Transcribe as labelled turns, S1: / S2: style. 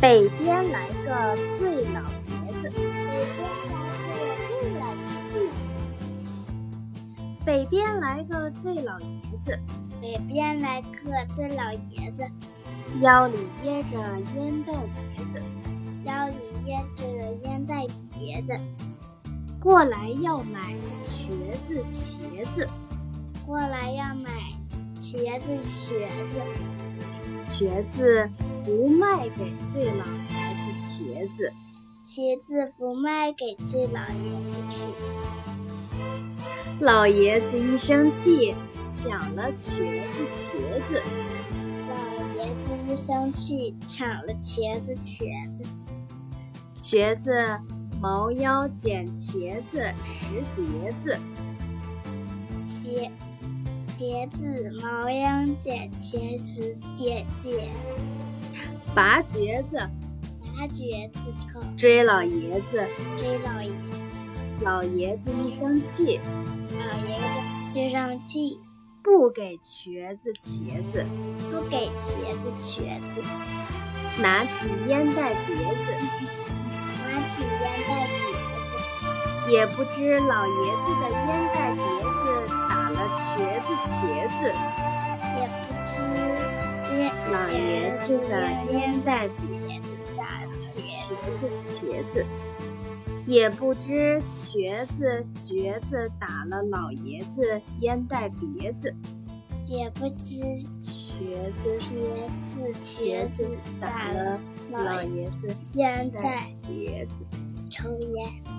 S1: 北边来个最老爷子，北边来个最老爷子，
S2: 北边来个这老爷子，
S1: 腰里掖着烟袋碟子，
S2: 腰里掖着烟袋碟子，
S1: 过来要买瘸子茄子，
S2: 过来要买茄子茄子，
S1: 瘸子不卖给最老爷子茄子，
S2: 茄子不卖给这老爷子吃。
S1: 老爷子一生气，抢了瘸子茄子，
S2: 老爷子一生气，抢了茄子茄子，
S1: 瘸子猫腰捡茄子拾碟子，
S2: 茄茄子毛秧捡茄子姐姐，
S1: 拔橛子
S2: 拿橛子抽
S1: 追老爷子，
S2: 追老爷
S1: 老爷子一生气，
S2: 老爷子一生气，
S1: 不给瘸子茄子，
S2: 不给茄子茄子，
S1: 拿起烟袋碟子。
S2: 拿起烟袋碟子。
S1: 也不知老爷子的烟袋碟子打了瘸子茄子，
S2: 也不知烟
S1: 老爷子的烟袋碟
S2: 碟子打茄
S1: 茄子茄子，也不知瘸子橛子打了老爷子烟袋别子，
S2: 也不知
S1: 瘸子
S2: 碟子茄
S1: 茄
S2: 子
S1: 子打了老爷子
S2: 烟
S1: 烟袋
S2: 袋
S1: 别子。
S2: 抽烟。